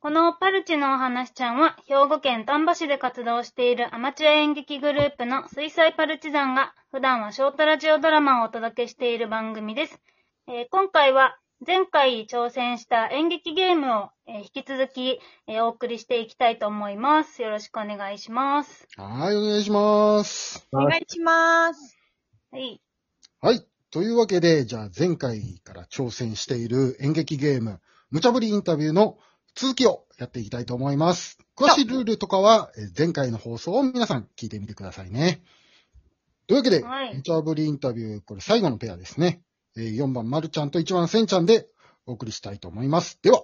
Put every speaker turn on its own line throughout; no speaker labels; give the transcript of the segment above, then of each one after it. このパルチのお話ちゃんは、兵庫県丹波市で活動しているアマチュア演劇グループの水彩パルチザンが、普段はショートラジオドラマをお届けしている番組です。えー今回は、前回挑戦した演劇ゲームを、えー引き続き、えーお送りしていきたいと思います。よろしくお願いします。
はい、お願いします。
お願いします。
はい。
はい。というわけで、じゃあ前回から挑戦している演劇ゲーム、無茶ぶりインタビューの続きをやっていきたいと思います。詳しいルールとかは、えー前回の放送を皆さん聞いてみてくださいね。というわけで、
はい
無茶ぶりインタビュー、これ最後のペアですね。えー4番まるちゃんと1番せんちゃんでお送りしたいと思います。では、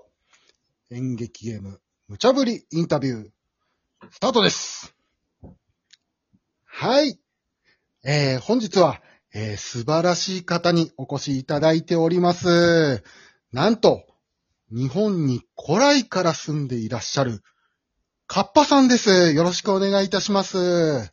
演劇ゲーム、無茶ぶりインタビュー、スタートです。はい。えー本日は、えー素晴らしい方にお越しいただいております。なんと、日本に古来から住んでいらっしゃる、カッパさんです。よろしくお願いいたします。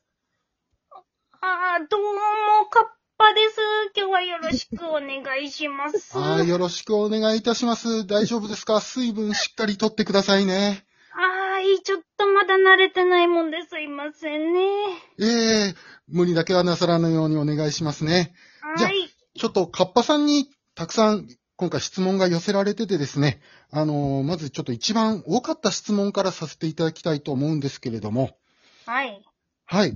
あー、どうも、カッパです。今日はよろしくお願いします。
あーよろしくお願いいたします。大丈夫ですか水分しっかりとってくださいね。
あーい、ちょっとまだ慣れてないもんですいませんね。
ええ無理だけはなさらぬようにお願いしますね。じゃあ
はい。
ちょっとカッパさんにたくさん今回質問が寄せられててですね、あのーまずちょっと一番多かった質問からさせていただきたいと思うんですけれども、
はい。
はい。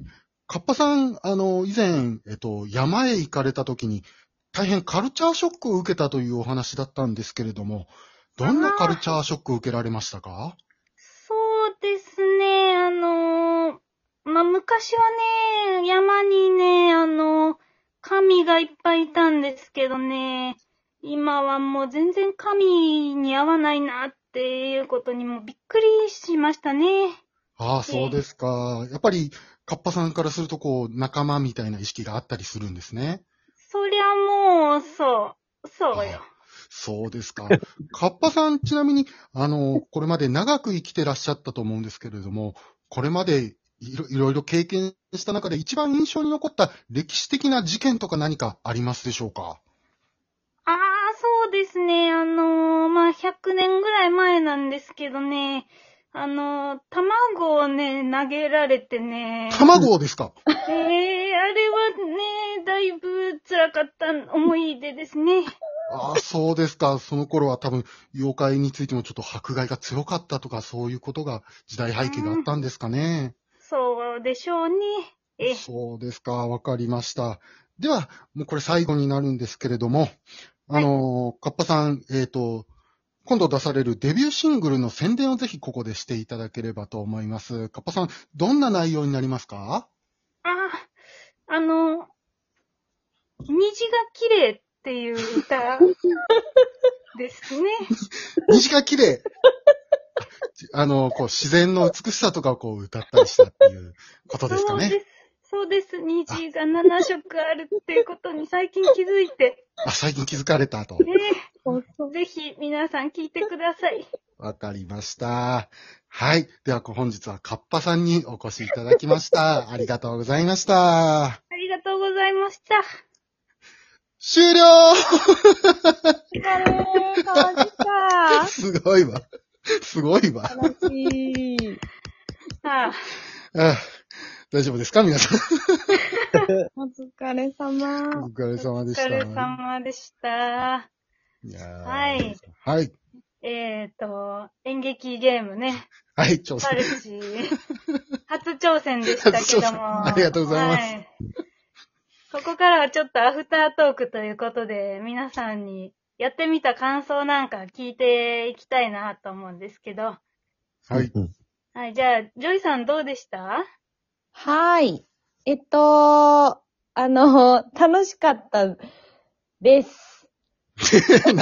カッパさん、あの、以前、えっと、山へ行かれた時に、大変カルチャーショックを受けたというお話だったんですけれども、どんなカルチャーショックを受けられましたか
そうですね、あのーまあ、昔はね、山にね、あのー神がいっぱいいたんですけどね、今はもう全然神に合わないなっていうことにもびっくりしましたね。
ああ、そうですか。やっぱり、カッパさんからすると、こう、仲間みたいな意識があったりするんですね。
そりゃもう、そう、そうよ。
そうですか。カッパさん、ちなみに、あの、これまで長く生きてらっしゃったと思うんですけれども、これまでいろいろいろ経験した中で一番印象に残った歴史的な事件とか何かありますでしょうか
ああ、そうですね。あのーまあ、100年ぐらい前なんですけどね、あのー卵をね、投げられてね、
卵ですか
ええあれはね、だいぶ辛かった思い出ですね。
ああ、そうですか。その頃は多分、妖怪についてもちょっと迫害が強かったとか、そういうことが時代背景があったんですかね。
そうでしょうね。え、
そうですか。わかりました。では、もうこれ最後になるんですけれども、あのー、カッパさん、えっ、と、今度出されるデビューシングルの宣伝をぜひここでしていただければと思います。カッパさん、どんな内容になりま すか
あ、あの、虹が綺麗っていう歌です ね。
虹が綺麗。あの、こう、自然の美しさとかをこう歌ったりしたっていうことですかね。
す。そうです。虹が7色あるっていうことに最近気づいて、
あ、最近気づかれたと。
ね、ぜひ皆さん聞いてください。
わかりました。はい。では、本日はカッパさんにお越しいただきました。ありがとうございました。
ありがとうございました。
終了
お疲れ様で し
すごいわ。すごいわ。
た。楽しい。
ああ
あ大丈夫ですか皆さん。
お疲れ様
お。疲れ様
お
でし
疲
た。
れ様でした。
いやー
はい。
はい。
えーと、演劇ゲームね、
はい、挑
パ
戦。
ル チ、初挑戦でしたけども。
初挑戦ありがとうございます
はいここからはちょっとアフタートークということで、皆さんにやってみた感想なんか聞いていきたいなと思うんですけど。
はい。
はい、じゃあ、ジョイさんどうでした
はい。えっと、あの、 楽しかったです。
何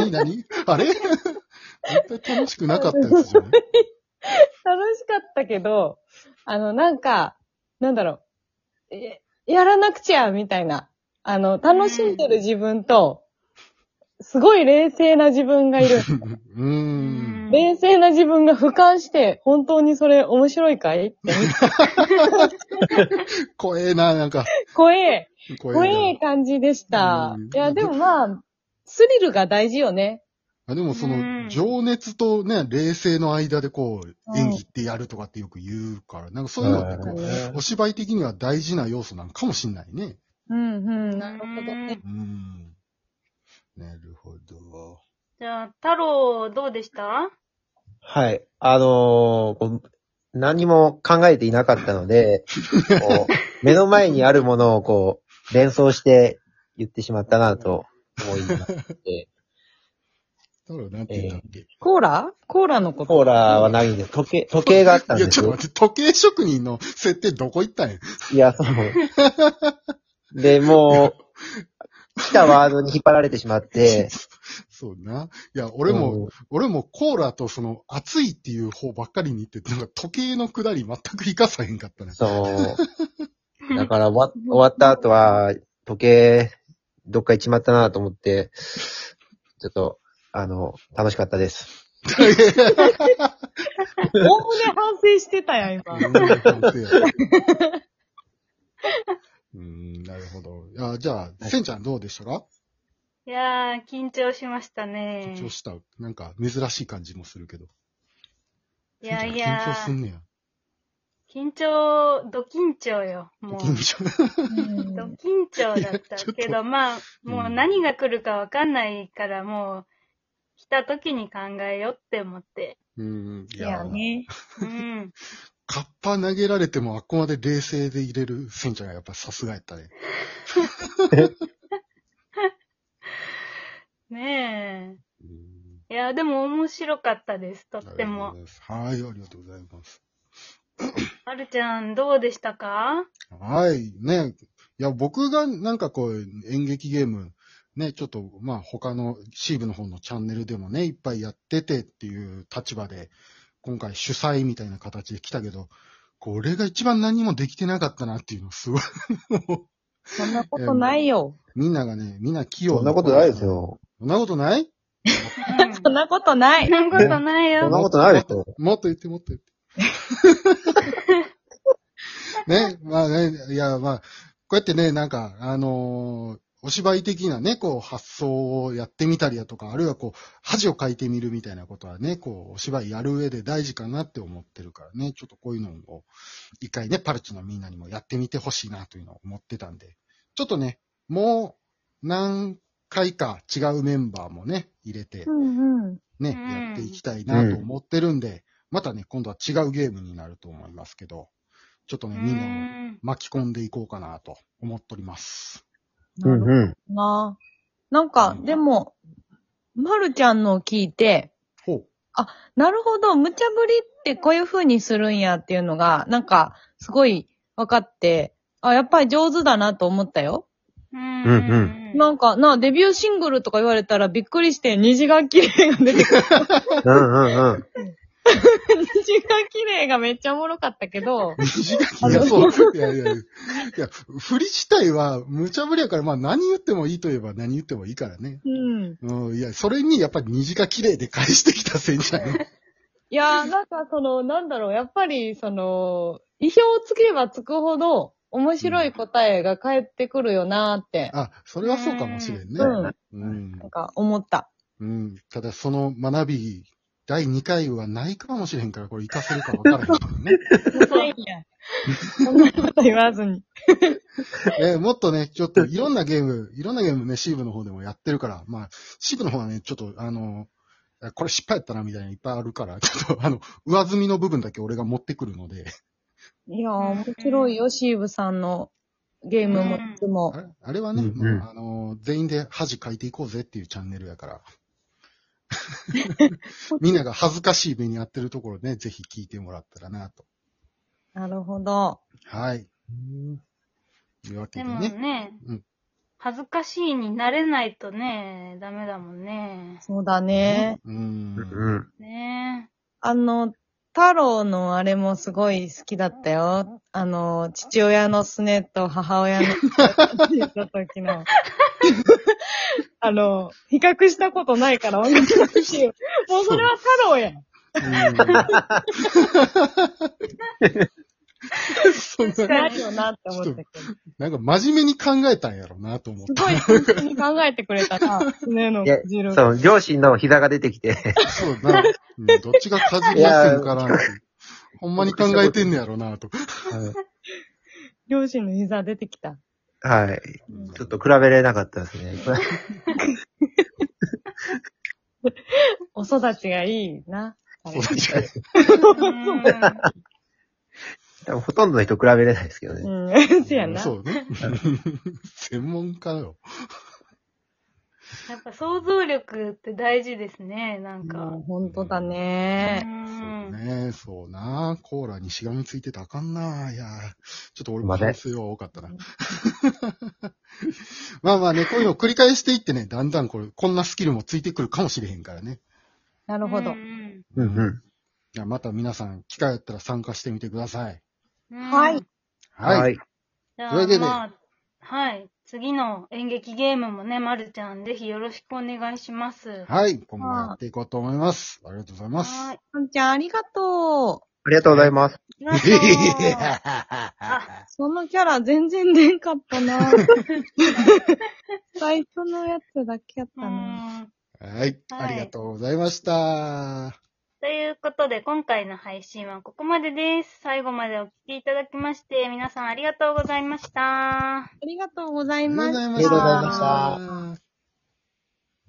何何あれ絶対楽しくなかったやつじゃない
楽しかったけど、あの、なんか、なんだろう、えやらなくちゃ、みたいな。あの、楽しんでる自分と、すごい冷静な自分が いる。
うー。
うん
冷静な自分が俯瞰して、本当にそれ面白いかいって見て
怖えな、なんか。
怖え、
怖えな
怖え感じでした
うん。
いや、でもまあ、スリルが大事よね。
あでもそうの、
ん
情熱とね、冷静の間でこ
うん
う、演技ってやるとかってよく言うから、なんかそういうのってこ
うん
う、お芝居的には大事な要素なんかもしんないね。
うん、うん、なるほどね。
うん。なるほど。
じゃあ、太郎、どうでした
はい。あのーこう何も考えていなかったので、こ う目の前にあるものをこう、連想して言ってしまったなと思いま して、
だからなんて言ったっけ、
コーラコーラのこと。
コーラはないんです。時計、時計があったん
いや、
で
ち
す
ょっと
よ。
待って、時計職人の設定どこ行ったんや。
いや、そう。で、もう、来たワードに引っ張られてしま って、
そうな。いや、俺も、
うん
俺もコーラとその、熱いっていう方ばっかりに行って、なんか時計のくだり全く活かさへんかったね。
そう。だから終わ終わった後は、時計、どっか行っちまったなと思って、ちょっと、あの、楽しかったです。
おおむね反省してたやん、 今。
うん、なるほど。あじゃあ、せんちゃんどうでしたか
いやー、緊張しましたね。
緊張した。なんか、珍しい感じもするけど。
いやい
せんちゃん緊張
や
す、んねや。
緊張、ど緊張よ。もう、
緊張。
うん
ど緊張だっ
いや
た
ちょっと
けど、まあ、もう何が来るかわかんないから、もう、来た時に考えようって思って。
うん、い
いや
や、
ね。
うん。
カッパ投げられてもあっこまで冷静で入れるせんちゃんがやっぱさすがやったね。
ね
うん
え。いや、でも面白かったです。とっ
あり
て
がと
も
うござい。ますはい、ありがとうございます。
はるちゃん、どうでしたか
はい、ね。いや、僕がなんかこう、演劇ゲーム、ね、ちょっと、まあ、他のシーブの方のチャンネルでもね、いっぱいやっててっていう立場で、今回主催みたいな形で来たけど、これが一番何もできてなかったなっていうのはすごい。
そんなことないよ。
みんながね、みんな器用。
そんなことないです。よ。
そんなことない
うん
そんなことな
そん
い。
なことない
そ
よ。
んなことないですよ。
もっと言って、もっと言って。ね、まあね、いや、まあ、こうやってね、なんか、あのーお芝居的なね、こう、発想をやってみたりだとか、あるいはこう、恥をかいてみるみたいなことはね、こう、お芝居やる上で大事かなって思ってるからね、ちょっとこういうのを、一回ね、パルチのみんなにもやってみてほしいなというのを思ってたんで、ちょっとね、もう、何回か違うメンバーもね、入れて、
うんうん。
ね、
うん
やっていきたいなと思ってるんで、またね、今度は違うゲームになると思いますけど、ちょっと
う
ね、みんなを
ん。
巻き込んでいこうかなと思っております。
う
なる
ん
ほど
うん。
な。なんか、でも、まるちゃんのを聞いて、
ほう。
なるほど、無茶ぶりってこういう風にするんやっていうのが、なんか、すごい分かって、あ、やっぱり上手だなと思ったよ。
うん。
うんう
なんか、な、デビューシングルとか言われたらびっくりして、虹が綺麗が出てくる。
うんうんうん。
虹が綺麗がめっちゃおもろかったけ ど、
いや、そう。いやいやいや。いや、振り自体は無茶ぶりやから、まあ何言ってもいいといえば何言ってもいいからね。
うん。
うん、いや、それにやっぱり虹が綺麗で返してきたせいじゃない。
いやー、なんかその、なんだろう、やっぱり、その、意表をつければつくほど、面白い答えが返ってくるよなーって、
あ、それはそうかもしれんね。
うん
うん
なんか思った。
うん。ただ、その学び、第2回はないかもしれへんから、これ活かせるか分からへんからね。
ないんや。そんなこと言わずに。
えーもっとね、ちょっといろんなゲーム、いろんなゲームね、シーブの方でもやってるから、まあ、シーブの方はね、ちょっとあの、あこれ失敗やったなみたいなのいっぱいあるから、ちょっとあの、上積みの部分だけ俺が持ってくるので、
いやー、面白いよ、シーブさんのゲームもいつも
あ。れあれはね、
うんうん
まあ、あの、全員で恥かいていこうぜっていうチャンネルやから。みんなが恥ずかしい目に遭ってるところね、ぜひ聞いてもらったらなと。
なるほど。
はい。というわけ
で
で
も
ね。
ね
うん、
恥ずかしいになれないとね、ダメだもんね。
そうだね。
う。
うんん
ね
あの、太郎のあれもすごい好きだったよ。あの、父親のすねと母親のすねって言った時の。あの、比較したことないから分かんないし、もうそれは太郎やん。
うんそん
確
な、
かにあるよなって思ったけど。す
なんか真面目に考えたんやろうなと思って。
ごい真剣に考えてくれたな、ねの
いや
ジロー。
そう、両親の膝が出て きて、
そうな、うん どっちがかじりやすいんかなって。ほんまに考えてんねやろうなと。
両親の膝出てきた。
はい。ちょっと比べれなかったですね。
お育ちがいいな。あれ
そうだね
うん
多分ほとんどの人比べれないですけどね。
うん、そうやな。
そうね。 専門家よ。
やっぱ想像力って大事ですね、なんか。
もう本当だ
う
ね。
ん。
ねえ、そうな。コーラにしがみついてたらあかんな。いや、ちょっと俺も
まだ
反省は多かったな。 まあまあね、こういうのを繰り返していってね、だんだんこれ、こんなスキルもついてくるかもしれへんからね。
なるほど
う。ん
うんうん。
じゃあまた皆さん、機会あったら参加してみてください。
うん
はい
はい。
はい。
じゃ
というわけ
あ、
で
まあ、はい。次の演劇ゲームもね、まるちゃん、ぜひよろしくお願いします。
はい。今後もやっていこうと思います。ありがとうございます。
はーい。
あんちゃん、ありがとう。
ありがとうございます。
ありがとうあ
そのキャラ全然出んかっ たな。最初のやつだけやっ
う
たな。
ん
はい。ありがとうございました。
ということで、今回の配信はここまでです。最後までお聞きいただきまして、皆さんありがとうございました。
ありがとうござ
あ
い
りがとう
ま
ございま
した。
ありがとうござい
し。
ました